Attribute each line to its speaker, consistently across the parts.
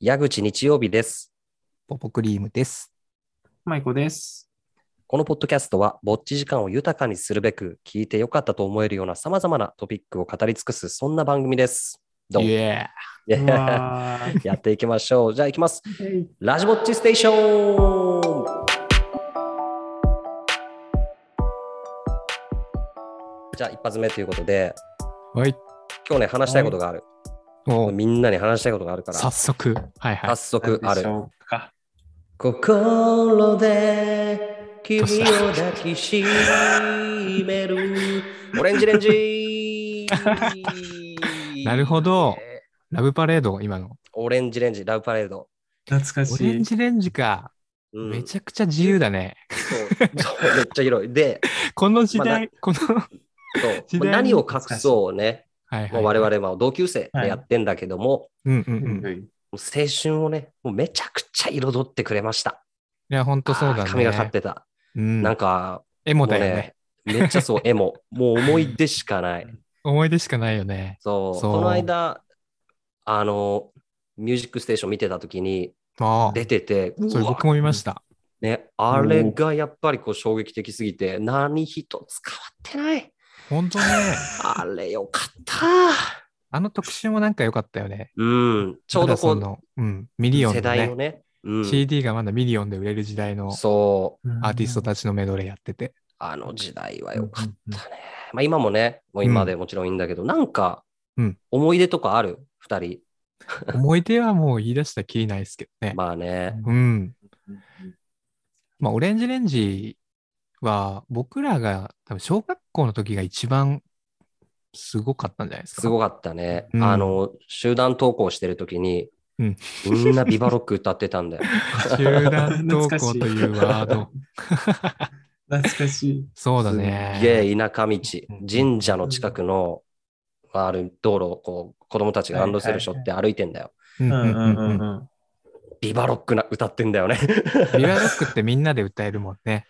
Speaker 1: 矢口日曜日です。
Speaker 2: ポポクリームです。
Speaker 3: マイコです。
Speaker 1: このポッドキャストは、ぼっち時間を豊かにするべく、聞いてよかったと思えるような様々なトピックを語り尽くす、そんな番組です。どうも
Speaker 2: イエ
Speaker 3: うわー
Speaker 1: やっていきましょう。じゃあ行きます。
Speaker 3: えい
Speaker 1: ラジボッチステーションじゃあ一発目ということで、
Speaker 2: ーはい。
Speaker 1: 今日ね、話したいことがある。
Speaker 2: お
Speaker 1: みんなに話したいことがあるから、
Speaker 2: 早速。はいはい
Speaker 1: 早。速あ
Speaker 3: 何
Speaker 1: る
Speaker 3: でし。ょうか
Speaker 1: 心で君
Speaker 2: を
Speaker 1: を
Speaker 2: 抱
Speaker 1: 抱きしめるオレンジレンジ
Speaker 2: なるほどラブパレード、今の。
Speaker 1: オレンジレンジラブパレード、
Speaker 3: 懐か
Speaker 2: オ
Speaker 3: し
Speaker 2: レン
Speaker 3: い。
Speaker 2: ジレンジか。
Speaker 1: うん
Speaker 2: めちゃくちゃ自由だね。
Speaker 1: そうそうめっちゃ広いで
Speaker 2: この時
Speaker 1: まあ
Speaker 2: 代、この。
Speaker 1: そ
Speaker 2: 時
Speaker 1: う
Speaker 2: 代に
Speaker 1: 何を隠そうね
Speaker 2: はいは
Speaker 1: も
Speaker 2: い。
Speaker 1: う我。々は同級生でやってんだけども、
Speaker 2: うんう
Speaker 3: うん
Speaker 2: うんん。い
Speaker 3: うん
Speaker 1: もう青春をねもうめちゃくちゃ彩ってくれました
Speaker 2: や、ほんとそうだ
Speaker 1: あー
Speaker 2: ね。
Speaker 1: 髪がかってた、
Speaker 2: うん。
Speaker 1: なんか
Speaker 2: エ
Speaker 1: も
Speaker 2: モ
Speaker 1: う
Speaker 2: だよね。
Speaker 1: めっちゃそう絵ももう思い出しかない
Speaker 2: 思い出しかないよね。
Speaker 1: そう、
Speaker 2: そう
Speaker 1: この間、あの、ミュージックステーション見てたときに
Speaker 2: あ
Speaker 1: 出てて、
Speaker 2: あ。
Speaker 1: う
Speaker 2: それ
Speaker 1: わ
Speaker 2: 僕も見ました。
Speaker 1: ね、あれがやっぱりこう衝撃的すぎて、何一つ変わってない。
Speaker 2: ほんとね。
Speaker 1: あれよかった。
Speaker 2: あの特集もなんか良かったよね。
Speaker 1: うん、ちょうどこう、
Speaker 2: ただそのうん。ミリオン
Speaker 1: 世
Speaker 2: の
Speaker 1: 代の
Speaker 2: ね。
Speaker 1: ね、うん、
Speaker 2: CD がまだミリオンで売れる時代の
Speaker 1: そう、
Speaker 2: アーティストたちのメドレーやってて。
Speaker 1: あの時代はよかったね。まあ今もね、もう今でもちろんいいんだけど、なんか
Speaker 2: うん
Speaker 1: 思い出とかある、二人。
Speaker 2: 思い出はもう言い出したらきりないですけどね。
Speaker 1: まあね、
Speaker 2: うん。まあ、オレンジレンジは僕らが多分小学校の時が一番すごかったんじゃないですか。
Speaker 1: すごかったね。
Speaker 2: うん
Speaker 1: あの、集団登校してるときに、
Speaker 2: うん
Speaker 1: みんなビバロック歌ってたんだ よ。
Speaker 2: 集団登校というワード。
Speaker 3: 懐かしい。
Speaker 2: そうだ
Speaker 1: すげ
Speaker 2: ね。
Speaker 1: え田舎道、神社の近くの、まあ、ある道路をこう子供たちがランドセル背負って歩いてんだよ。
Speaker 2: うん
Speaker 3: う
Speaker 2: うん
Speaker 3: んう
Speaker 2: うんん
Speaker 3: うん
Speaker 2: うん
Speaker 3: うん。
Speaker 1: ビバロックな歌ってんだよね。
Speaker 2: ビラロックってみんなで歌えるもんね。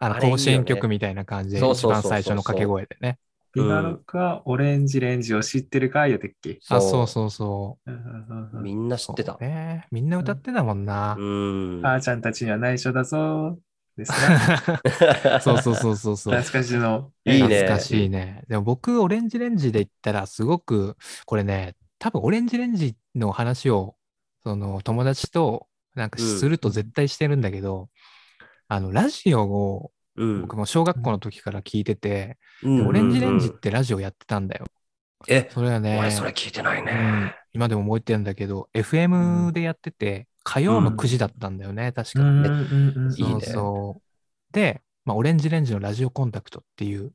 Speaker 2: あの
Speaker 1: あれいいよ
Speaker 2: 甲
Speaker 1: ね
Speaker 2: 子園曲みたいな感じで
Speaker 1: そうそうそう
Speaker 2: 一番
Speaker 1: そう
Speaker 2: 最初の掛け声でね。
Speaker 3: ビバロックはオレンジレンジを知ってるかやったっけ
Speaker 2: あ、そうそうそう
Speaker 3: うんうんうんうん
Speaker 1: みんな知
Speaker 2: そ
Speaker 1: っ
Speaker 2: う。
Speaker 1: てた。
Speaker 2: ね。みんな歌ってたもんな
Speaker 1: う。ん。
Speaker 3: 母ちゃんたちには内緒だぞー。です ね。
Speaker 2: そうそうそう そうそう。
Speaker 3: 懐かしいの。
Speaker 1: いいね
Speaker 2: 懐かしいね。でも僕、オレンジレンジで言ったら、すごく、これね、多分オレンジレンジの話を、その友達となんか
Speaker 1: うん
Speaker 2: すると絶対してるんだけど、あの、ラジオを
Speaker 1: うん
Speaker 2: 僕も小学校の時から聞いてて、
Speaker 1: うん
Speaker 2: オレンジレンジっ
Speaker 1: うん
Speaker 2: てラジオやってたんだよ。
Speaker 1: え、
Speaker 2: それはね、
Speaker 1: 俺それ聞いてない
Speaker 2: うん
Speaker 1: ね。、
Speaker 2: 今でも覚えてるんだけど、FM でやってて、火曜の9時だったんだよね、確か。
Speaker 3: うんうんうんう
Speaker 1: いい
Speaker 3: ん。
Speaker 2: そう
Speaker 1: ね
Speaker 2: そう。で、まあ、オレンジレンジのラジオコンタクトっていう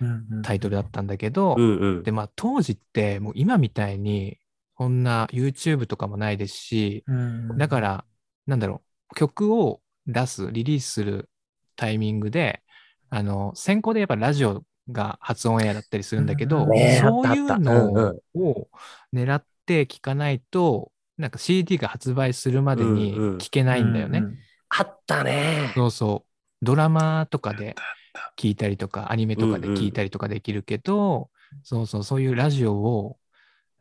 Speaker 3: うんうん
Speaker 2: タイトルだったんだけど、
Speaker 1: うんうん。
Speaker 2: で、まあ当時ってもう今みたいにこんな YouTube とかもないですし、
Speaker 3: うん
Speaker 2: だから、なんだろう、曲を出す、リリースするタイミングで、あの、先行でやっぱラジオが発音エアだったりするんだけど、
Speaker 3: うん
Speaker 1: ねえ
Speaker 2: そういう
Speaker 1: あったあ
Speaker 2: のを狙って聞かないと、なんか CD が発売するまでに
Speaker 1: うんうん
Speaker 2: 聞けないんだよね。
Speaker 3: うんうん
Speaker 1: あったね。
Speaker 2: そうそう。ドラマとか
Speaker 3: あっ
Speaker 2: で
Speaker 3: たあった
Speaker 2: 聞いたりとか、アニメとかで聞いたりとかできるけど、そうそう、そういうラジオを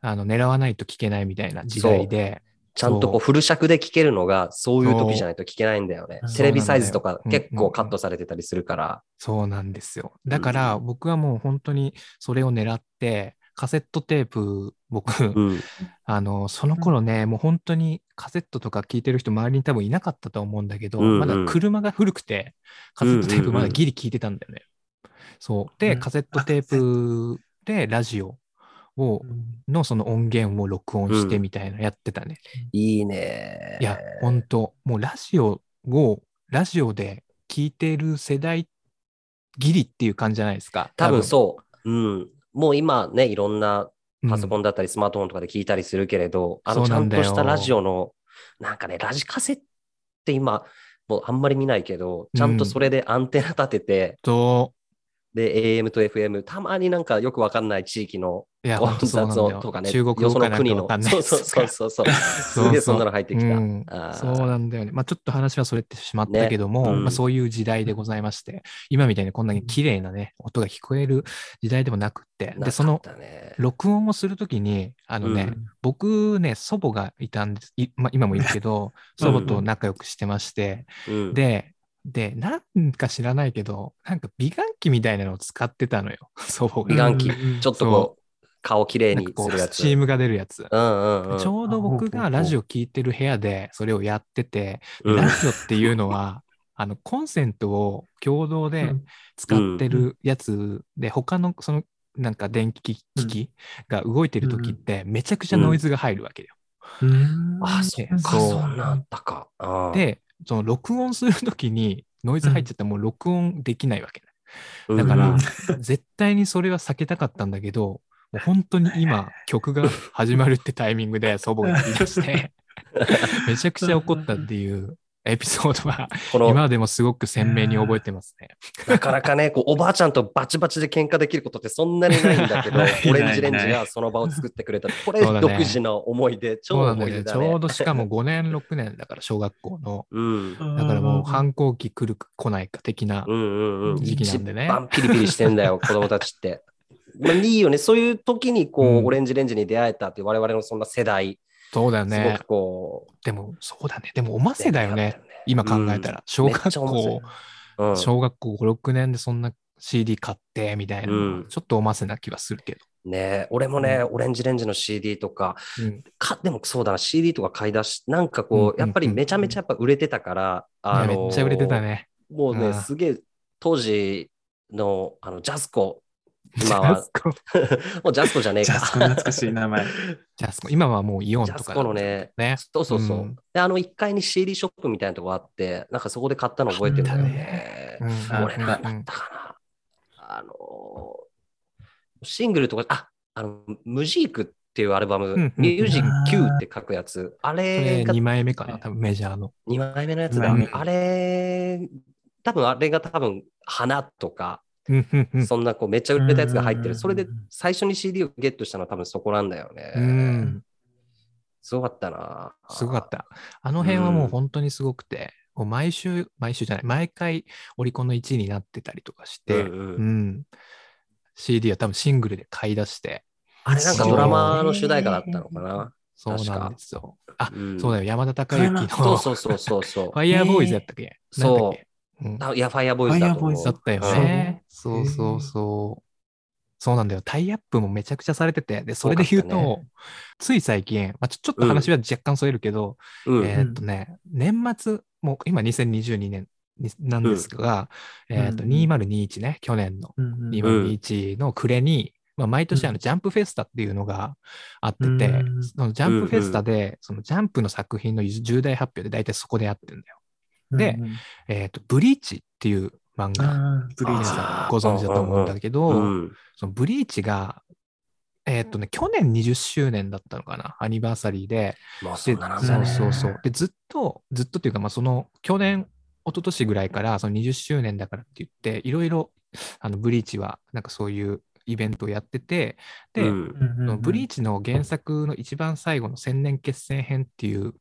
Speaker 2: あの狙わないと聞けないみたいな時代で、
Speaker 1: ちゃんとこうフル尺で聞けるのが、そういう時じゃないと聞けないんだよね
Speaker 3: そう。
Speaker 1: テレビサイズとか
Speaker 2: そうなんだよ
Speaker 1: 結構カットされてたりするから。
Speaker 2: そうなんですよ。だから
Speaker 1: うん
Speaker 2: 僕はもう本当にそれを狙って、カセットテープ、僕、
Speaker 1: うん。
Speaker 2: あの、その頃ね、もう本当にカセットとか聞いてる人周りに多分いなかったと思うんだけど、
Speaker 1: うんうん
Speaker 2: まだ車が古くて、カセットテープまだギリ聞いてたんだよね。そう。で、
Speaker 3: うん
Speaker 2: カセットテープでラジオをのその音源を録音してみたいなやってたね。
Speaker 1: いいね。
Speaker 2: いや、ほんと、もうラジオを、ラジオで聞いてる世代ギリっていう感じじゃないですか。
Speaker 1: 多分そう。うん。もう今ね、いろんな
Speaker 2: う
Speaker 1: パソコ
Speaker 2: ン、
Speaker 1: ンだったりスマートフォンとかで聞いたりするけれど、あの
Speaker 2: そう
Speaker 1: ちゃ
Speaker 2: なん
Speaker 1: ん
Speaker 2: だよ
Speaker 1: としたラジオの、なんかね、ラジカセって今、もうあんまり見ないけど、ちゃんとそれでアンテナ立てて、
Speaker 2: と、
Speaker 1: で、AM と FM、たまになんかよくわかんない地域の
Speaker 2: いや、
Speaker 1: こう
Speaker 2: 本当そうなんだ
Speaker 1: 雑音
Speaker 2: よ。
Speaker 1: とかね、
Speaker 2: 中国語
Speaker 1: よそ
Speaker 2: か
Speaker 1: の
Speaker 2: なん
Speaker 1: 国
Speaker 2: か
Speaker 1: の
Speaker 2: わかんない
Speaker 1: そう
Speaker 2: やつ
Speaker 1: そうそうそうそう。
Speaker 2: う
Speaker 1: すげえそんなの入ってきた。
Speaker 2: うん
Speaker 1: あー
Speaker 2: そうなんだよね。まあちょっと話はそれってしまったけども、
Speaker 1: ねうん
Speaker 2: まあ、そういう時代でございまして、今みたいにこんなに綺麗なね、音が聞こえる時代でもなくって、で、そ
Speaker 1: な
Speaker 2: の
Speaker 1: かったね
Speaker 2: 録音をするときに、あのね、
Speaker 3: うん
Speaker 2: 僕ね、祖母がいたんです、いまあ、今もいるけ ど、祖母と仲良くしてまして、
Speaker 1: うん
Speaker 2: で、で、なんか知らないけど、なんか美顔器みたいなのを使ってたのよ、 祖母が。
Speaker 1: 美顔器
Speaker 3: うん
Speaker 1: ちょっとこう、顔きれい
Speaker 2: なん
Speaker 1: に
Speaker 2: か
Speaker 1: す
Speaker 2: こう、
Speaker 1: る
Speaker 2: ス
Speaker 1: やつ。
Speaker 2: チームが出るやつ。
Speaker 1: うんうんうん
Speaker 2: ちょうど僕がラジオ聞いてる部屋でそれをやってて、
Speaker 1: うん
Speaker 2: ラジオっていうのは、 あの、コンセントを共同
Speaker 3: う
Speaker 2: で
Speaker 3: ん
Speaker 2: 使ってるやつで、他のその、なんか電気機器が動いてる時って、めちゃくちゃノイズが入るわけよ。
Speaker 3: うん
Speaker 1: あ、そっか、
Speaker 2: そう
Speaker 1: そんなんあったか。あー、
Speaker 2: で、その録音する時にノイズ入っちゃったらもう録音できないわけだ。
Speaker 1: うん
Speaker 2: だから
Speaker 1: うん、
Speaker 2: 絶対にそれは避けたかったんだけど、もう本当に今、曲が始まるってタイミングで祖母が言い出して、 めちゃくちゃ怒ったっていうエピソードは、
Speaker 1: この、
Speaker 2: 今でもすごく鮮明に覚えてますね。
Speaker 1: なかなかね、こうおばあちゃんとバチバチで喧嘩できることってそんなにないんだけ ど、
Speaker 3: ないない
Speaker 1: オレンジレンジがその場を作ってくれた。これ、
Speaker 2: そうだね
Speaker 1: 独自の思い出、超
Speaker 2: そうなん
Speaker 1: 思
Speaker 2: だ
Speaker 1: い
Speaker 2: よ
Speaker 1: 出
Speaker 2: ね。
Speaker 1: だ
Speaker 2: ち
Speaker 1: ね。
Speaker 2: ょうどしかも5年、6年だから小学校の。
Speaker 1: うん。
Speaker 2: だからもう
Speaker 3: 半
Speaker 2: 反抗期来るか来ないか的な
Speaker 1: うんうんうん。
Speaker 2: 時期なんでね
Speaker 1: 一番ピリピリしてん だよ、子供たちって。まあ、いいよね。そういう時に、こう、
Speaker 2: うん
Speaker 1: オレンジレンジに出会えたって、我々のそんな世代、
Speaker 2: そうだよ
Speaker 1: すご
Speaker 2: ね
Speaker 1: く。こう。
Speaker 2: でも、そうだね。でも、おませだよね。。今考えたら。小
Speaker 1: めっ
Speaker 2: 学
Speaker 1: ちゃおま
Speaker 2: 校、
Speaker 1: うん、
Speaker 2: 小学校5、6年でそんな CD 買って、みたいなのは
Speaker 1: うん
Speaker 2: ちょっとおませな気はするけ
Speaker 1: ね俺もね、オレンジレンジの CD とか、
Speaker 2: ど。うん
Speaker 1: かでもそうだな、CD とか買い出し、なんかこ
Speaker 2: う
Speaker 1: う、
Speaker 2: ん
Speaker 1: やっぱりめちゃめちゃやっぱ売れてたから、
Speaker 2: いや
Speaker 1: あの
Speaker 2: めっちゃ売れてた。ね。
Speaker 1: もう
Speaker 2: う
Speaker 1: ね、
Speaker 2: ん
Speaker 1: すげえ、当時のあのジャスコ、
Speaker 2: ジ
Speaker 1: 今
Speaker 2: ャ
Speaker 1: は
Speaker 2: ス、コ。
Speaker 1: もうジャスコじゃねえ
Speaker 3: ジ
Speaker 1: か
Speaker 3: ャ。スコ懐かしい名前。
Speaker 2: ジャスコ。今はもうイオン
Speaker 1: ジ
Speaker 2: と
Speaker 1: ャ
Speaker 2: か
Speaker 1: ス
Speaker 2: だ
Speaker 1: コのね、
Speaker 2: ね。
Speaker 1: そうそうそう。
Speaker 2: うん
Speaker 1: で、あの1階に CD ショップみたいなとこあって、なんかそこで買ったの覚えてるんだよね。
Speaker 2: うん
Speaker 3: あ
Speaker 1: 俺なんだ
Speaker 2: うん
Speaker 1: ったかな。あのーシングルとか、あ、あの、ムジークっていうアルバム、
Speaker 2: んうん
Speaker 1: ミュージック Q って書くやつ、あ
Speaker 2: それ
Speaker 1: れが
Speaker 2: 2枚目かな、多分メジャーの。
Speaker 1: 2枚目のやつだ
Speaker 3: 二枚。目
Speaker 1: あれ、多分あれが多分、花とか、
Speaker 2: うんうんうん
Speaker 1: そんなこうめっちゃ売れたやつが入って
Speaker 3: うん
Speaker 1: る。それで最初に CD をゲットしたのは多分そこなんだよね。
Speaker 2: うん。
Speaker 1: すごかったな。
Speaker 2: すごかった。あの辺はもう本当にすごくて、もう毎週、毎週じゃない、毎回オリコンの1位になってたりとかして、
Speaker 1: うんうん
Speaker 2: うん CD は多分シングルで買い出して、
Speaker 1: あれなんかドラマの主題歌だったのかな。
Speaker 2: そう
Speaker 1: 確か
Speaker 2: なんですよ。あ、
Speaker 1: うん
Speaker 2: そうだよ、山田孝之の、
Speaker 1: そうそうそうそうそう
Speaker 2: フ。ァイヤーボーイズだったっけ、
Speaker 1: ー
Speaker 2: なんだっけうん
Speaker 1: あいや、ファイヤーボーイズだと思
Speaker 3: ファイヤーボーイ
Speaker 1: う
Speaker 3: ズ
Speaker 2: だったよね。
Speaker 3: そ
Speaker 2: そううそうそう。そうなんだよ。タイアップもめちゃくちゃされてて、で、それで言うと、
Speaker 1: 多かった
Speaker 2: つい最近、まあ、ちょちょっと話は若干それるけど、
Speaker 1: うん
Speaker 2: えーっとね、年末、もう今2022年になんですが、
Speaker 3: ん
Speaker 2: えーっと
Speaker 3: うん
Speaker 2: 2021ね、去年の
Speaker 3: 今
Speaker 2: 2021の暮れに、まあ、毎年あ
Speaker 3: うん
Speaker 2: のジャンプフェスタっていうのがあってて、
Speaker 3: うん
Speaker 2: そのジャンプフェスタで、そのジャンプの作品の重大発表で大体そこでやってるんだよ。で、えーっと、ブリーチっていう漫画、
Speaker 3: あーブリー
Speaker 2: 皆
Speaker 3: チ
Speaker 1: あー
Speaker 2: さんご存知だと思うんだけど、
Speaker 1: うん
Speaker 2: そのブリーチが、えーっとね、去年20周年だったのかな、アニバーサリーで、
Speaker 1: まあそ
Speaker 2: で
Speaker 1: んななん
Speaker 2: そ
Speaker 1: だ
Speaker 2: う
Speaker 1: ね。
Speaker 2: そうそう。で、ずっと、ずっとっていうか、まあ、その、去年、一昨年ぐらいから、その20周年だからって言って、いろいろ、あの、ブリーチは、なんかそういうイベントをやってて、で、
Speaker 1: うん
Speaker 2: そのブリー
Speaker 3: チ
Speaker 2: チの原作の一番最後の千年決戦編っていう、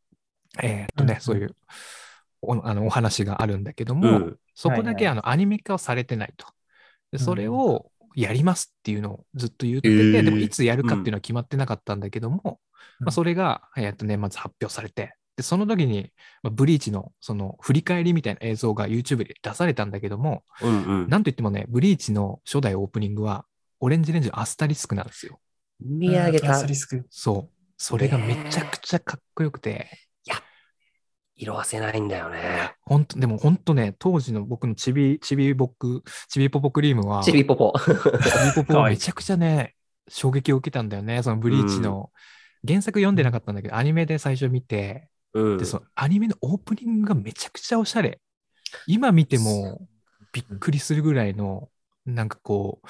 Speaker 2: えーっと
Speaker 3: うんう
Speaker 2: ね
Speaker 3: ん、
Speaker 2: そういう、おあのお話があるんだけども、
Speaker 1: うん
Speaker 2: そこだけ、
Speaker 3: は
Speaker 2: あの、アニメ化はされてないと。でそれ
Speaker 3: うん
Speaker 2: を、やりますっていうのをずっと言ってて、
Speaker 1: えー
Speaker 2: でもいつやるかっていうのは決まってなかったんだけども、
Speaker 3: うん
Speaker 2: まあ、それが、えーっと年末発表されて、で、その時に、まあ、ブリーチのその振り返りみたいな映像が YouTube で出されたんだけども、
Speaker 1: うんうん
Speaker 2: なんといってもね、ブリーチの初代オープニングは、オレンジレンジのアスタリスクなんですよ。
Speaker 1: 見上げた
Speaker 3: リスク。
Speaker 2: そう。それがめちゃくちゃかっこよくて、
Speaker 1: 色褪せないんだよね。
Speaker 2: ほんと、でも本当ね、当時の僕のちび、ちび僕、ちびポポクリームは、
Speaker 1: ちびぽぽ。
Speaker 2: ちびポポ
Speaker 3: か
Speaker 2: は
Speaker 3: わいい
Speaker 2: めちゃくちゃね、衝撃を受けたんだよね、そのブリーチの。原作読んでなかったんだけど、アニメで最初見て、
Speaker 1: うん
Speaker 2: で、そのアニメのオープニングがめちゃくちゃおしゃれ。今見てもびっくりするぐらいの、なんかこ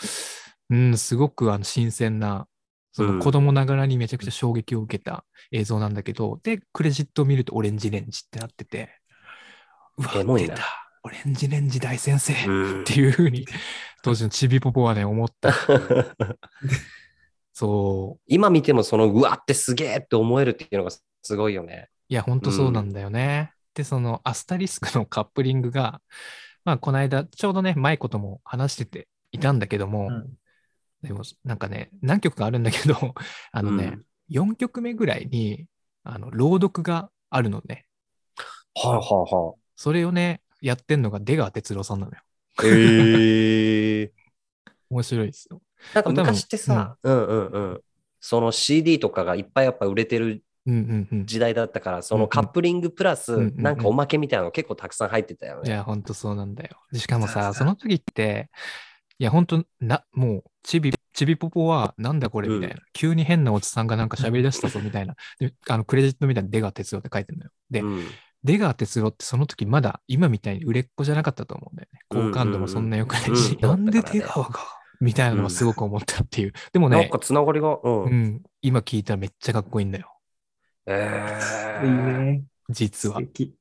Speaker 2: う、うん、すごくあの新鮮な、そ
Speaker 1: うん
Speaker 2: の子供ながらにめちゃくちゃ衝撃を受けた映像なんだけど、で、クレジットを見るとオレンジレンジってなってて、うわ、
Speaker 1: エモい
Speaker 2: 出
Speaker 1: な
Speaker 2: た、オレンジレンジ大先生っ
Speaker 1: うん
Speaker 2: ていうふうに当時のちびぽぽはね、思った。そう。
Speaker 1: 今見てもそのうわってすげえって思えるっていうのがすごいよね。
Speaker 2: いや、ほんとそうなんだよね。で、そのアスタリスクのカップリングが、まあ、この間、ちょうどね、舞子とも話してていたんだけども、
Speaker 3: うん
Speaker 2: でも、なんかね、何曲かあるんだけど、 あのね、4曲目ぐらいに、あの、朗読があるのね。
Speaker 1: はあはあは
Speaker 2: それをね、やってんのが出川哲朗さんなのよ。
Speaker 1: あ。 へえ。
Speaker 2: 面白いですよ。
Speaker 1: なんか昔ってさ、うんうんうん。その CD とかがいっぱいやっぱ売れてる
Speaker 2: うんうんうん。
Speaker 1: 時代だったから、そ
Speaker 2: うんう
Speaker 1: の
Speaker 2: ん
Speaker 1: カップリングプラス、
Speaker 2: うんうんうん
Speaker 1: なんかおまけみたいなの結構たくさん入ってたよ
Speaker 2: い
Speaker 1: ね。
Speaker 2: や、ほんとそうなんだよ。でしかも
Speaker 3: そうそ
Speaker 2: さ、
Speaker 3: う
Speaker 2: その時って、いや、ほんと、な、もう、ちび、ちびぽぽは、なんだこれみたいな、急に変なおじさんがなんか喋り出したぞみたいな。で、あの、クレジットみたいに出川哲郎って書いてるのよ。で
Speaker 1: う、ん
Speaker 2: 出川哲郎ってその時まだ今みたいに売れっ子じゃなかったと思うんだよね。
Speaker 1: うんうんう
Speaker 2: 好
Speaker 1: ん
Speaker 2: 感度もそんな良くな
Speaker 1: う
Speaker 2: い
Speaker 1: ん
Speaker 2: し、なんで
Speaker 1: だからね
Speaker 2: 出川がみたいなのはすごく思ったっていう。でも
Speaker 1: なん
Speaker 2: ね
Speaker 1: か、つながりが、うん。
Speaker 2: うん、今聞いたらめっちゃかっこいいんだよ。
Speaker 1: え
Speaker 3: いい
Speaker 1: ー、
Speaker 3: ね。
Speaker 2: 実
Speaker 3: 素
Speaker 2: は。
Speaker 3: 敵。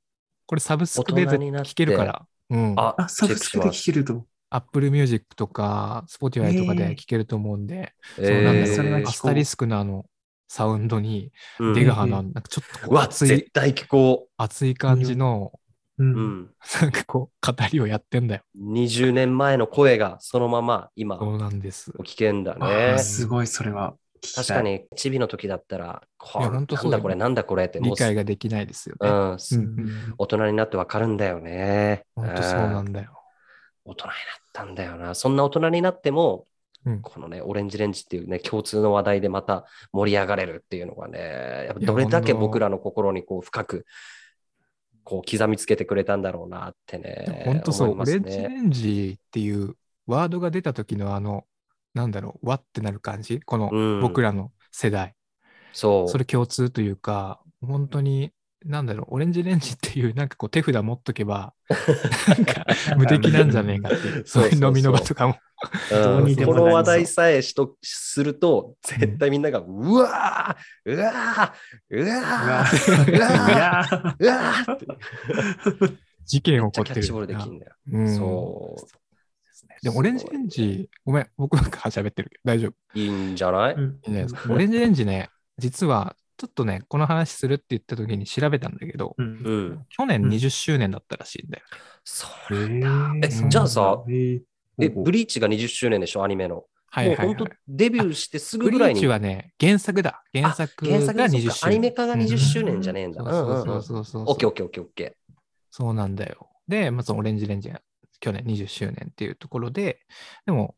Speaker 2: これサブスクで
Speaker 1: 大人になって
Speaker 2: 聞けるから。うん。
Speaker 1: あ
Speaker 3: あ、サブスクで聴けると。
Speaker 2: Apple Music とか Spotify とか
Speaker 3: ねえ
Speaker 2: で聴けると思うんで、
Speaker 1: え
Speaker 2: そうなんだ
Speaker 3: それは
Speaker 2: よ
Speaker 3: 聞こう
Speaker 2: アスタリスクのあのサウンドに、
Speaker 1: うん
Speaker 2: 出川のあのなんかちょっとこ
Speaker 1: う
Speaker 2: う
Speaker 1: わ、
Speaker 2: 熱い
Speaker 1: 絶、対聞こ
Speaker 2: 熱い感じの、
Speaker 3: う。
Speaker 1: う。うんん。
Speaker 2: なんかこう、語りをやってんだよ。
Speaker 1: 20年前の声がそのまま今
Speaker 2: そうなんです。
Speaker 1: 聞けんだ
Speaker 3: あ
Speaker 1: ね
Speaker 3: ー。すごい、それは。
Speaker 1: 確か。に、チビの時だったら、こ
Speaker 2: いや
Speaker 1: な
Speaker 2: ほ
Speaker 1: ん
Speaker 2: んとそう
Speaker 1: だ
Speaker 2: だよ
Speaker 1: これ、なんだこれって、
Speaker 2: 理
Speaker 1: もうす
Speaker 2: 解ができないですよ
Speaker 1: う
Speaker 2: ね。
Speaker 1: ん、す
Speaker 2: うんうん
Speaker 1: 大人になってわかるんだよね。
Speaker 2: 本当そうな
Speaker 1: うん
Speaker 2: んだよ。
Speaker 1: 大人になったんだよな。そんな大人になっても、
Speaker 2: うん
Speaker 1: このね、オレンジレンジっていうね、共通の話題でまた盛り上がれるっていうのがね、やっぱどれだけ
Speaker 2: いやほんと
Speaker 1: 僕らの心にこう深く、こう刻みつけてくれたんだろうなって
Speaker 2: でも
Speaker 1: ね。
Speaker 2: 本当そう、
Speaker 1: 思いま
Speaker 2: オレ
Speaker 1: す
Speaker 2: ンジレ
Speaker 1: ね。
Speaker 2: ンジっていうワードが出た時のあの、なんだろう、わってなる感じ、こ
Speaker 1: う
Speaker 2: の
Speaker 1: ん
Speaker 2: 僕らの世代。
Speaker 1: そう。
Speaker 2: それ共通というか、本当に、なんだろう、オレンジレンジっていう、なんかこう手札持っとけば、なんか無敵なんじゃねえかっていう、
Speaker 1: そ
Speaker 2: そうう
Speaker 1: そう
Speaker 2: い
Speaker 1: そう
Speaker 2: う飲みの場とか
Speaker 1: う
Speaker 2: も。
Speaker 1: ん
Speaker 2: どうにでも
Speaker 1: この
Speaker 2: なりそう
Speaker 1: 話題さえしとすると、絶対みんなが、うわーうわーう
Speaker 3: う
Speaker 1: わ
Speaker 3: わ
Speaker 1: ー
Speaker 3: いや
Speaker 1: うわーって、
Speaker 2: 事件
Speaker 1: めっ
Speaker 2: 起
Speaker 1: ちゃ
Speaker 2: こっ
Speaker 1: キャ
Speaker 2: て
Speaker 1: ッ
Speaker 2: る
Speaker 1: チボールで
Speaker 2: か
Speaker 1: き
Speaker 2: ら。
Speaker 1: るんだよ。
Speaker 2: うん
Speaker 1: そ
Speaker 2: でもオレンジレンジ、ごめん、僕なんか喋ってるけど、大丈夫。
Speaker 1: う。いいんじゃない、
Speaker 3: うん
Speaker 2: いいんじゃないですか。オレンジレンジね、実は、ちょっとね、この話するって言った時に調べたんだけど、
Speaker 3: うん
Speaker 1: うん。
Speaker 2: 去年20周年だったらしいんだよ。
Speaker 1: そうなんだ。
Speaker 3: え
Speaker 1: え
Speaker 2: そうなんだ
Speaker 1: じゃあさ、
Speaker 3: え
Speaker 1: え、ブリーチが20周年でしょ、アニメの。
Speaker 2: はいはい、はい。
Speaker 1: もう本当、デビューしてすぐ
Speaker 2: ブリ
Speaker 1: ぐらい
Speaker 2: ー
Speaker 1: に。
Speaker 2: チはね、原作だ。原作が
Speaker 1: 原
Speaker 2: 20
Speaker 1: 作
Speaker 2: 周
Speaker 1: が
Speaker 2: 年。
Speaker 1: 20アニメ化が20周
Speaker 3: う
Speaker 1: 年
Speaker 3: ん
Speaker 1: じゃねえんだ。
Speaker 2: そううん
Speaker 1: うんう
Speaker 2: そ
Speaker 1: ん
Speaker 2: う。そうそう。
Speaker 1: オッケーオッケーオッケーオッケ
Speaker 2: そうなんだよ。で、まあ、そのオレンジレンジが去年20周年っていうところで、でも、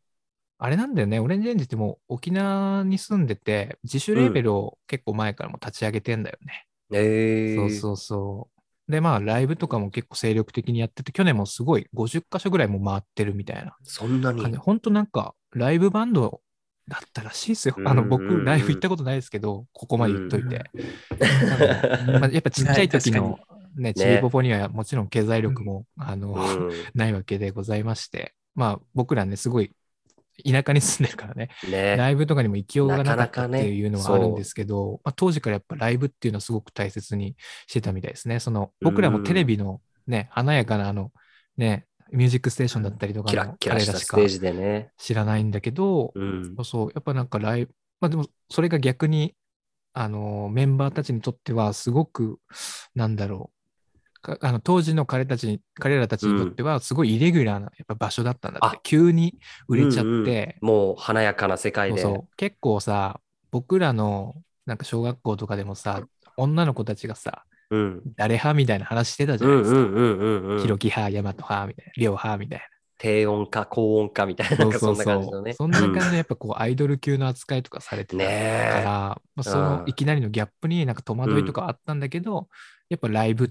Speaker 2: あれなんだよね、オレンジレンジってもう沖縄に住んでて、自主レーベルを結構前からも立ち上げてんだよね。
Speaker 1: ー。えー、
Speaker 2: そうそうそう。で、まあ、ライブとかも結構精力的にやってて、去年もすごい50箇所ぐらいもう回ってるみたいな
Speaker 1: そんなに。
Speaker 2: 感じ。ほんとなんか、ライブバンドだったらしいですよ。あの、
Speaker 1: うんうんう
Speaker 2: 僕、
Speaker 1: ん
Speaker 2: ライブ行ったことないですけど、ここまで言っといて。
Speaker 1: う
Speaker 2: まあ、やっぱちっちゃい時の、ね、ちびぽぽにはもちろん経済力も、あの、
Speaker 1: ん
Speaker 2: ないわけでございまして、まあ僕らね、すごい田舎に住んでるからね、
Speaker 1: ね。
Speaker 2: ライブとかにも勢いがなか
Speaker 1: な
Speaker 2: っ
Speaker 1: か
Speaker 2: た
Speaker 1: なか
Speaker 2: っ
Speaker 1: ね
Speaker 2: ていうのはあるんですけど、まあ、当時からやっぱライブっていうのはすごく大切にしてたみたいですね。その僕らもテレビのね、華やかなあの、ね、ミュージックステーションだったりとか
Speaker 1: キラ
Speaker 2: の
Speaker 1: ッキラ
Speaker 2: 彼
Speaker 1: し
Speaker 2: ら
Speaker 1: た
Speaker 2: し
Speaker 1: ス
Speaker 2: か
Speaker 1: テージでね。
Speaker 2: 知らないんだけど、
Speaker 1: うん。
Speaker 2: そうそう、やっぱなんかライブ、まあでもそれが逆に、あの、メンバーたちにとってはすごく、なんだろう、かあの当時の彼たちに、彼らたちにとってはすごいイレギュラーなやっぱ場所だったんだって、
Speaker 1: あ
Speaker 2: 急に売れちゃって、
Speaker 1: うんうんもう華やかな世界
Speaker 2: そう
Speaker 1: で。
Speaker 2: そう結構さ、僕らのなんか小学校とかでもさ、女の子たちがさ、
Speaker 1: うん。
Speaker 2: 誰派みたいな話してたじ
Speaker 1: う
Speaker 2: ゃない
Speaker 1: ん
Speaker 2: です
Speaker 1: う
Speaker 2: か。
Speaker 1: んうんうんうん。
Speaker 2: ひろき派、やまと派みたいな、りょう派みたいな。
Speaker 1: 低音か高音かみたいな、なんかそんな感じのね。
Speaker 2: そんな感じでやっぱこうアイドル級の扱いとかされて
Speaker 1: うん
Speaker 2: た
Speaker 1: ね
Speaker 2: だから、
Speaker 1: え。
Speaker 2: まあ、その
Speaker 1: うん
Speaker 2: いきなりのギャップになんか戸惑いとかあったんだけど、やっぱライブっ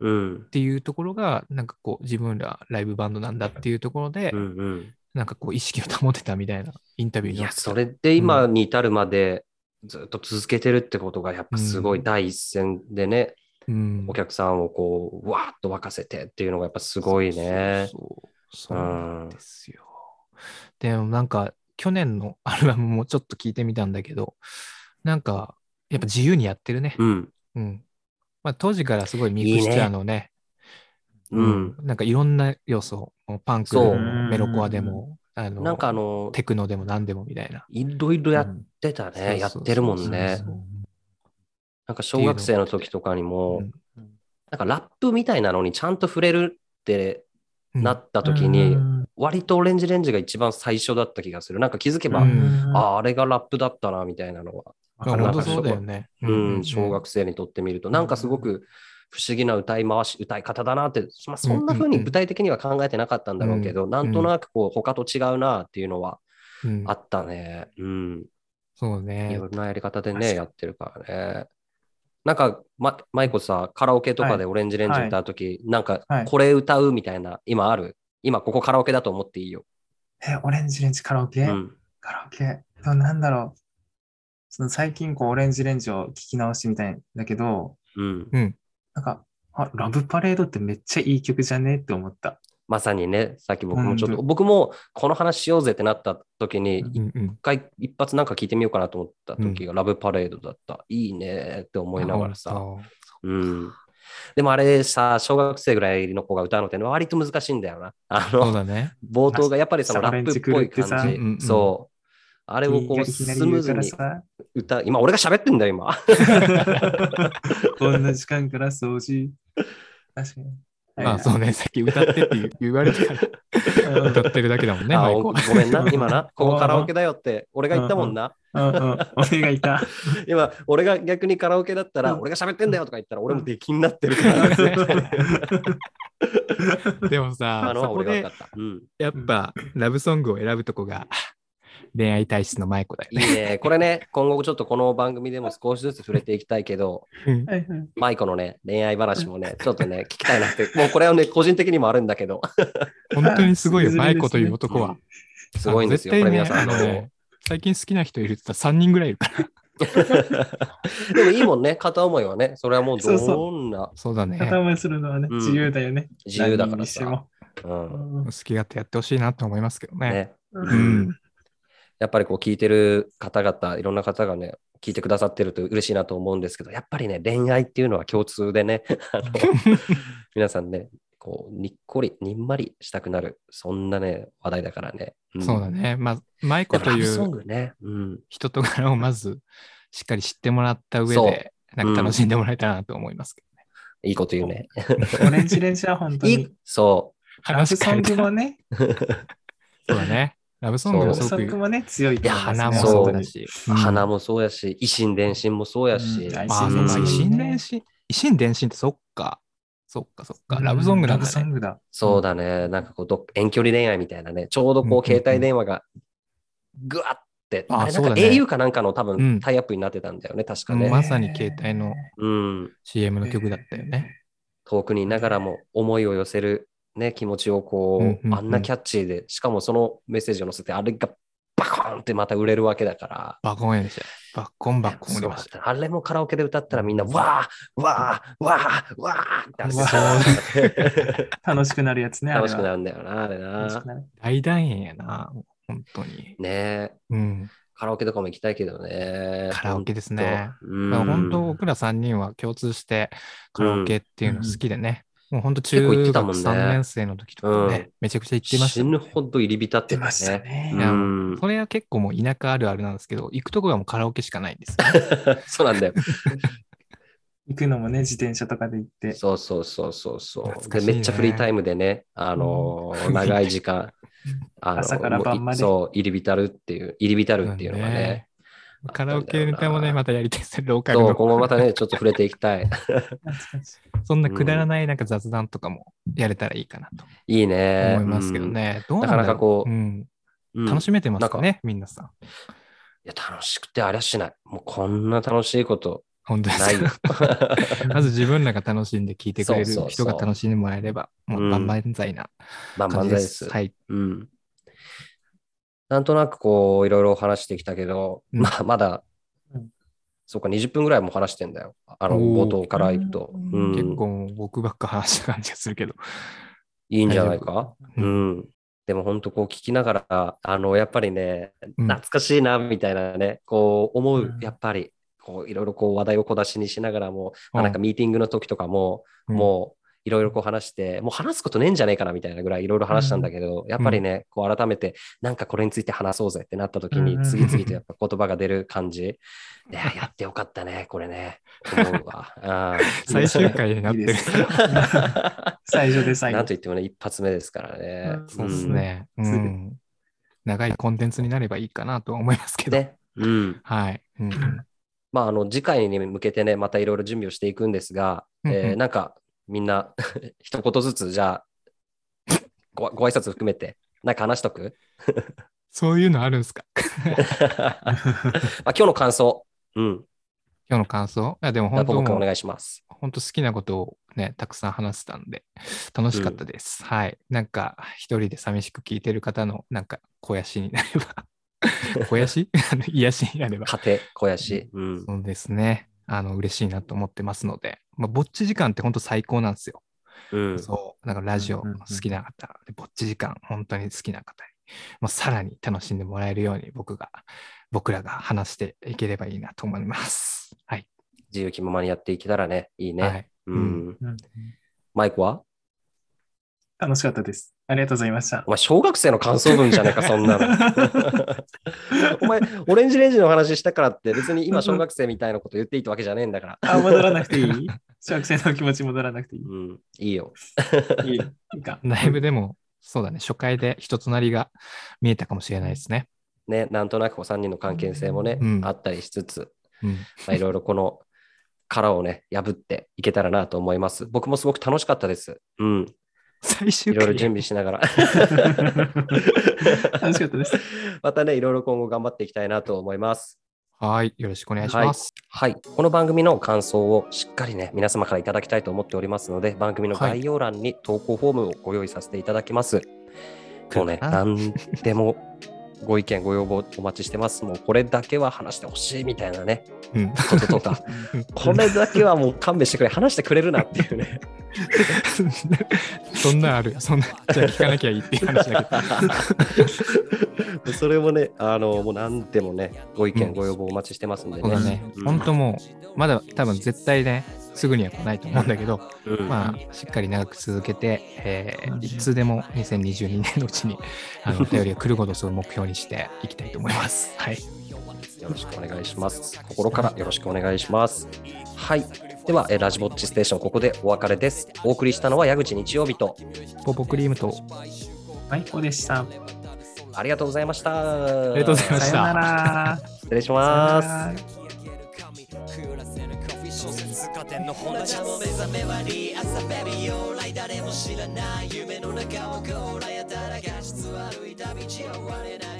Speaker 1: うん。
Speaker 2: ていうところが、なんかこう自分らライブバンドなんだっていうところで、
Speaker 1: うんうん。
Speaker 2: なんかこう意識を保てたみたいなインタビュー
Speaker 1: い
Speaker 2: にな
Speaker 1: や、
Speaker 2: ってた
Speaker 1: それで今に至るまでずっと続けてるってことが、やっぱすご
Speaker 2: う
Speaker 1: い
Speaker 2: ん
Speaker 1: 第一線でね、
Speaker 2: うん、
Speaker 1: お客さんをこう、わーっと沸かせてっていうのがやっぱすごいね。
Speaker 2: そうそうそうなんですよ。でもなんか去年のアルバムもちょっと聞いてみたんだけど、なんかやっぱ自由にやってるね。
Speaker 1: うん。
Speaker 2: うん。まあ当時からすごいミクスチャーのね、
Speaker 1: うん。
Speaker 2: なんかいろんな要素、もうパンク
Speaker 1: そう
Speaker 2: でもメロコアでも、あの
Speaker 1: なんかあの、
Speaker 2: テクノでも何でもみたいな。
Speaker 1: いろいろや
Speaker 3: う
Speaker 1: っ
Speaker 3: ん
Speaker 1: てた
Speaker 2: そうそうそう
Speaker 1: ね。やってるもんね
Speaker 2: そう。そう
Speaker 1: なんか小学生の時とかにも、
Speaker 2: うん
Speaker 1: なんかラップみたいなのにちゃんと触れるって
Speaker 2: うん
Speaker 1: なった時に、
Speaker 3: うん
Speaker 1: 割とオレンジレンジが一番最初だった気がする。なんか気づけば、
Speaker 2: うん
Speaker 1: ああ、あれがラップだったな、みたいなのは。
Speaker 3: わ
Speaker 2: いや
Speaker 3: か
Speaker 2: 本
Speaker 3: るわ
Speaker 2: 当
Speaker 3: かる
Speaker 2: そうだよね。
Speaker 1: うん、小学生にとってみると、なんかすごく不思議な歌い回し、歌い方だなって、まあ、そんな風に具体的には考えてなかったんだろうけど、なんとなくこう、他と違うなっていうのは
Speaker 2: うん
Speaker 1: あったね。うん。
Speaker 2: そ
Speaker 1: い
Speaker 2: うね
Speaker 1: ろ。んなやり方で
Speaker 3: 確か
Speaker 1: ね、
Speaker 3: に
Speaker 1: やってるからね。なんか、ま、マイコさ、カラオケとかでオレンジレンジ歌うとき、なんか
Speaker 3: はい、
Speaker 1: これ歌うみたいな、今ある今ここカラオケだと思っていいよ。
Speaker 3: え、オレンジレンジカラオケ、
Speaker 1: うん。
Speaker 3: カラオケ。でもなんだろう。その最近こうオレンジレンジを聞き直してみたいんだけど、
Speaker 1: うん。
Speaker 3: なんか、あ、ラブパレードってめっちゃいい曲じゃねって思った。
Speaker 1: まさにね、さっき僕もちょっと、
Speaker 3: う
Speaker 1: 僕もこの話しようぜってなった時に、
Speaker 3: うん
Speaker 2: うんうん
Speaker 1: 一回一発なんか聞いてみようかなと思った時が、ラブパレードだった。いいねって思いながら
Speaker 2: あ
Speaker 1: さ。
Speaker 2: 本
Speaker 1: うん。でもあれさ、小学生ぐらいの子が歌うのって割と難しいんだよな。あ
Speaker 2: 当そう
Speaker 1: の、
Speaker 2: だね。
Speaker 1: 冒頭がやっぱりその
Speaker 3: サ
Speaker 1: ラ
Speaker 3: バレン
Speaker 1: ップ
Speaker 3: チ
Speaker 1: っぽい
Speaker 3: 狂ってさ
Speaker 1: 感
Speaker 2: うんうんうん
Speaker 1: じ。そう。あれをこ
Speaker 3: いうきなり
Speaker 1: ス
Speaker 3: 言
Speaker 1: ムー
Speaker 3: う
Speaker 1: ズ
Speaker 3: から
Speaker 1: に
Speaker 3: さ。
Speaker 1: 歌、今俺が喋ってんだよ、今。
Speaker 3: こ んな時間から掃除。確かに。
Speaker 2: まあそうね、さっき歌ってって言われ てから
Speaker 3: うん
Speaker 2: 歌ってるだけだもんね、
Speaker 1: あ
Speaker 2: マイ
Speaker 1: お
Speaker 2: コ
Speaker 1: ご。めんな、今な、ここカラオケだよって俺が言ったもんな。
Speaker 3: うんうん。俺が いた。
Speaker 1: 今、俺が逆にカラオケだったら、
Speaker 3: うん
Speaker 1: 俺が喋ってんだよとか言ったら、俺も出禁になってる から。
Speaker 2: でもさ
Speaker 1: あ、の
Speaker 2: そ
Speaker 1: は
Speaker 2: こ
Speaker 1: 俺が分か
Speaker 2: で
Speaker 1: った。うん。
Speaker 2: やっぱラブソングを選ぶとこが恋愛体質のマイコだよ
Speaker 1: い
Speaker 2: ね。
Speaker 1: いね。これね、今後ちょっとこの番組でも少しずつ触れていきたいけど、
Speaker 3: はいはい
Speaker 1: マイコのね、恋愛話もね、ちょっとね、聞きたいなって、もうこれはね、個人的にもあるんだけど、
Speaker 2: 本当にすごいよ、
Speaker 3: あ
Speaker 2: マイコという男
Speaker 1: う
Speaker 2: は
Speaker 1: ん。すごいんですよ。これ皆さん、あ
Speaker 2: 絶対ね
Speaker 1: の、
Speaker 2: 最近好きな人いるって言ったら3人ぐらいいるから。
Speaker 1: でもいいもんね、片思いはね、それはもう
Speaker 3: そうそう
Speaker 1: どんな
Speaker 2: そうだね。
Speaker 3: 片思いするのはね、
Speaker 1: うん
Speaker 3: 自由だよね。
Speaker 1: 自由だから
Speaker 3: 何にして
Speaker 1: さ。
Speaker 3: も。
Speaker 1: うん
Speaker 2: 好き勝手やってほしいなと思いますけどね。
Speaker 1: ね
Speaker 2: う
Speaker 3: うん
Speaker 2: ん。
Speaker 1: やっぱりこう聞いてる方々、いろんな方がね、聞いてくださってると嬉しいなと思うんですけど、やっぱりね、恋愛っていうのは共通でね、 あの皆さんね、こう、にっこり、にんまりしたくなる、そんなね、話題だからね。ん
Speaker 2: そうだ。ね。まあ、マイコ
Speaker 1: やっぱ
Speaker 2: と
Speaker 1: ラ
Speaker 2: い
Speaker 1: ブソン
Speaker 2: う
Speaker 1: グね。うん。
Speaker 2: 人と柄をまずしっかり知ってもらった上で、
Speaker 1: う
Speaker 2: なんか楽しんでもらえたらなと思いますけどね。
Speaker 1: いいこと言うね。
Speaker 3: オレンジレンジは本当
Speaker 1: い
Speaker 3: に
Speaker 1: い。そ
Speaker 3: ラブ
Speaker 2: 話
Speaker 3: ソ
Speaker 2: 変
Speaker 3: ン
Speaker 2: えた
Speaker 3: グもね、
Speaker 2: そうだね。ラブソング
Speaker 3: ラ
Speaker 2: は
Speaker 3: ブ
Speaker 2: す
Speaker 3: ソ
Speaker 2: ご
Speaker 3: ング
Speaker 2: く
Speaker 3: もね、強いと思いますね。
Speaker 2: 花も
Speaker 1: そう
Speaker 2: そうだし。
Speaker 1: う。花
Speaker 2: も。
Speaker 1: もそうやし、維新伝心もそうやし。
Speaker 3: うん
Speaker 1: あ
Speaker 2: あ、そううんか。
Speaker 1: 維新
Speaker 2: 維新伝心。維新伝心ってそっか。そっかそっか。ラブソングなん
Speaker 3: ラブ
Speaker 2: だ
Speaker 3: ソン
Speaker 2: ね。
Speaker 3: グだ。
Speaker 1: そうだね。なんかこうど、遠距離恋愛みたいなね、ちょうど
Speaker 2: うんうん
Speaker 1: こ
Speaker 2: うん
Speaker 1: う、携帯電話がぐわって、
Speaker 2: あ
Speaker 1: あれなん
Speaker 2: そう
Speaker 1: か
Speaker 2: だね
Speaker 1: au かなんかの多
Speaker 2: う
Speaker 1: 分
Speaker 2: ん
Speaker 1: タイアップになってたんだよね、確か
Speaker 2: うん
Speaker 1: ね。
Speaker 2: まさに携帯の
Speaker 1: うん。
Speaker 2: CM の曲だったよね。
Speaker 1: 遠くにいながらも思いを寄せる、ね、気持ちをこう、
Speaker 2: うんうんうん
Speaker 1: あんなキャッチーで、しかもそのメッセージを載せて、あれがバコーンってまた売れるわけだから。
Speaker 2: バコンやでしたよ。バッコンバッコン売れましたよ。
Speaker 1: あれもカラオケで歌ったらみんな、わーわーわーわーってあれ
Speaker 3: わ
Speaker 1: さ
Speaker 3: 楽しくなるやつね、あれは
Speaker 1: 楽しくなるんだよな、あれ
Speaker 3: 楽し
Speaker 1: な
Speaker 3: く。なる。
Speaker 2: 大団円やな。もう本当に。
Speaker 1: ねえ
Speaker 2: うん。
Speaker 1: カラオケとかも行きたいけどね。
Speaker 2: カラオケですね。
Speaker 1: ほんと。うん
Speaker 2: だから本当、僕ら3人は共通してカラオケっていうの好きでね。もう本当
Speaker 1: 結構行っ
Speaker 2: 中
Speaker 1: てたも
Speaker 2: 学
Speaker 1: んね
Speaker 2: 3年生の時とかね、
Speaker 1: うん
Speaker 2: めちゃくちゃ行ってました
Speaker 1: 死
Speaker 2: よね、
Speaker 1: ぬほど入り浸って
Speaker 3: 出
Speaker 1: た
Speaker 3: ました
Speaker 1: ね。
Speaker 3: ね
Speaker 1: う。
Speaker 2: いや
Speaker 1: ん
Speaker 2: それは結構もう田舎あるあるなんですけど、行くとこがもうカラオケしかないんですよ。
Speaker 1: そうなんだ よ。
Speaker 3: 行くのもね、自転車とかで行って。
Speaker 1: そうそうそうそうそう。
Speaker 2: 懐か
Speaker 1: で、
Speaker 2: しいね
Speaker 1: めっちゃフリータイムでね、あのー
Speaker 2: うん
Speaker 1: 長い時 間、あの
Speaker 3: 朝から晩まで
Speaker 1: もういそう、入り浸るっていう、入り浸るっていうのがね。
Speaker 2: うん。カラオケネタもね、またやりたいですね、ローカル
Speaker 1: そう、今後
Speaker 2: の。
Speaker 1: またね、ちょっと触れていきたい。
Speaker 3: 懐かしい
Speaker 2: そんなくだらないなんか雑談とかもやれたらいいかなと
Speaker 1: いいね。
Speaker 2: 思いますけどね。どうなんだろう
Speaker 1: なかなかこう
Speaker 2: うん
Speaker 1: うん。
Speaker 2: 楽
Speaker 1: い
Speaker 2: しめてますか
Speaker 1: な
Speaker 2: ね、みんなさん。
Speaker 1: や、楽しくてありゃしない。もうこんな楽しいこと
Speaker 2: 本当で
Speaker 1: ない
Speaker 2: す
Speaker 1: よ
Speaker 2: か。。 まず自分らが楽しんで聞いてくれ
Speaker 1: そうそうそう
Speaker 2: る人が楽しんでもらえれば、もう万々歳な
Speaker 1: まあ、
Speaker 2: 感
Speaker 1: 万
Speaker 2: じ
Speaker 1: 歳
Speaker 2: で
Speaker 1: です
Speaker 2: す。。はい。
Speaker 1: うん。なんとなくこう、いろいろ話してきたけど、
Speaker 2: うん
Speaker 1: まあ、まだ、
Speaker 3: うん
Speaker 1: そうか、20分ぐらいも話してんだよ。あの、
Speaker 2: お
Speaker 1: 冒
Speaker 2: ー
Speaker 1: 頭からいくと。う
Speaker 3: う
Speaker 1: ん、
Speaker 3: ん
Speaker 2: 結構僕ばっか話した感じがするけど。
Speaker 1: いいんじゃないか
Speaker 2: う
Speaker 1: うんん。でも本当こう聞きながら、あの、やっぱりね、
Speaker 2: うん
Speaker 1: 懐かしいな、みたいなね、こう思
Speaker 3: う、
Speaker 1: うんやっぱり、こう、いろいろこう話題を小出しにしながらも、まあ
Speaker 2: うん
Speaker 1: なんかミーティングの時とかも、
Speaker 2: うん
Speaker 1: もう、いろいろこう話して、もう話すことねえんじゃねえかなみたいなぐらいいろいろ話したんだけど、やっぱりね、こう改めて、なんかこれについて話そうぜってなった時
Speaker 3: うんう
Speaker 1: に、
Speaker 3: ん
Speaker 1: 次々とやっぱ言葉が出る感じ。いや、やってよかったね、これね。思うわ。あー
Speaker 2: 最終回になっ
Speaker 3: い
Speaker 2: て
Speaker 3: い
Speaker 2: る
Speaker 3: で。す。最初で最
Speaker 1: なん
Speaker 3: 後
Speaker 1: と。いってもね、一発目ですからね。
Speaker 3: うん
Speaker 2: そうですね。う
Speaker 3: すぐ
Speaker 2: ん。長いコンテンツになればいいかなとは思いますけ
Speaker 1: うん。
Speaker 2: ど。
Speaker 1: ね。うん。
Speaker 2: はい。うんうん
Speaker 1: まあ、あの、次回に向けてね、またいろいろ準備をしていくんですが、
Speaker 2: うんうん
Speaker 1: えーなんか、みんな、 一言ずつ、じゃあ、ごご挨拶含めて、なんか話しとく
Speaker 2: そういうのあるんですか
Speaker 1: まあ、今日の感想、うん、
Speaker 2: 今日の感想いや、でも
Speaker 1: ラ
Speaker 2: 本
Speaker 1: ポ
Speaker 2: 当
Speaker 1: コ君お
Speaker 2: もう、
Speaker 1: 願いします。
Speaker 2: 本当好きなことをね、たくさん話せたんで、楽しかったです。はい。なんか、一人で寂しく聞いてる方の、なんか、肥やしになれば、肥やし あの癒やしになれば。
Speaker 1: 家庭、小屋し、うん、
Speaker 2: そうですね。あの、嬉しいなと思ってますので、まあ、ぼっち時間って本当最高なんですよ。
Speaker 1: うん、
Speaker 2: そう、なんかラジオ
Speaker 3: うんうんうん
Speaker 2: 好きな方、でぼっち時間、本当に好きな方に、もうさらに楽しんでもらえるように、僕が、僕らが話していければいいなと思います。 はい。
Speaker 1: 自由気ままにやっていけたらね、いいね。
Speaker 2: はい、
Speaker 1: うんん、
Speaker 3: うん
Speaker 1: マイクは
Speaker 3: 楽しかったです。ありがとうございました
Speaker 1: お。前、小学生の感想文じゃねえか、そんなの。お前、オレンジレンジの話したからって、別に今、小学生みたいなこと言っていいってわけじゃねえんだから。
Speaker 3: あ、戻らなくていい小学生の気持ち戻らなくてい
Speaker 1: うん、いいよ。
Speaker 3: いいいい いか。
Speaker 2: だいぶでも、そうだね、初回で人となりが見えたかもしれないですね。
Speaker 1: ね、なんとなくこう3人の関係性もね、
Speaker 2: うん
Speaker 1: あったりしつつ、
Speaker 2: うん。
Speaker 1: まあ、いろいろこの殻をね、破っていけたらなと思います。僕もすごく楽しかったです。うん、
Speaker 2: 最
Speaker 1: いろ
Speaker 2: 終
Speaker 1: い
Speaker 2: 回
Speaker 1: ろ準備しなが ら。
Speaker 3: 楽しかったです。
Speaker 1: またね、いろいろ今後頑張っていきたいなと思います。
Speaker 2: はい。よろしくお願いします。
Speaker 1: はい、この番組の感想をしっかりね皆様からいただきたいと思っておりますので番組の概要欄に投稿フォームをご用意させていただきます。もうね
Speaker 2: な
Speaker 1: 何でもご意見ご要望お待ちしてます。もうこれだけは話してほしいみたいな ね
Speaker 2: うん。
Speaker 1: こととかこれだけはもう勘弁してくれ話してくれるなっていう ね
Speaker 2: そんなんある。そんな、じゃあ聞かなきゃいいっていう話だけど。
Speaker 1: それもねあのもう何でもねご意
Speaker 2: うん
Speaker 1: 見ご要望お待ちしてますんでね。
Speaker 2: そうだね
Speaker 1: う。ん
Speaker 2: 本当もう、まだ多分絶対ね、すぐには来ないと思うんだけど、
Speaker 1: うん
Speaker 2: まあ、しっかり長く続けて、えーいつでも2022年のうちに、あの、お便りが来ることをその目標にしていきたいと思います。はい。
Speaker 1: よろしくお願いします。心からよろしくお願いします。はい。では、えーラジボッチステーション、ここでお別れです。お送りしたのは矢口日曜日と、
Speaker 2: ポポクリームと、
Speaker 3: 最高でした。
Speaker 1: ありがとうございました。あ
Speaker 2: りがとうございまし
Speaker 3: さ
Speaker 2: た
Speaker 3: よなら。
Speaker 1: 失礼します。
Speaker 4: 小説家電の本棚の目覚めはリアサベビー来誰も知らない夢の中をこうらやたらが実は歩いた道は終われない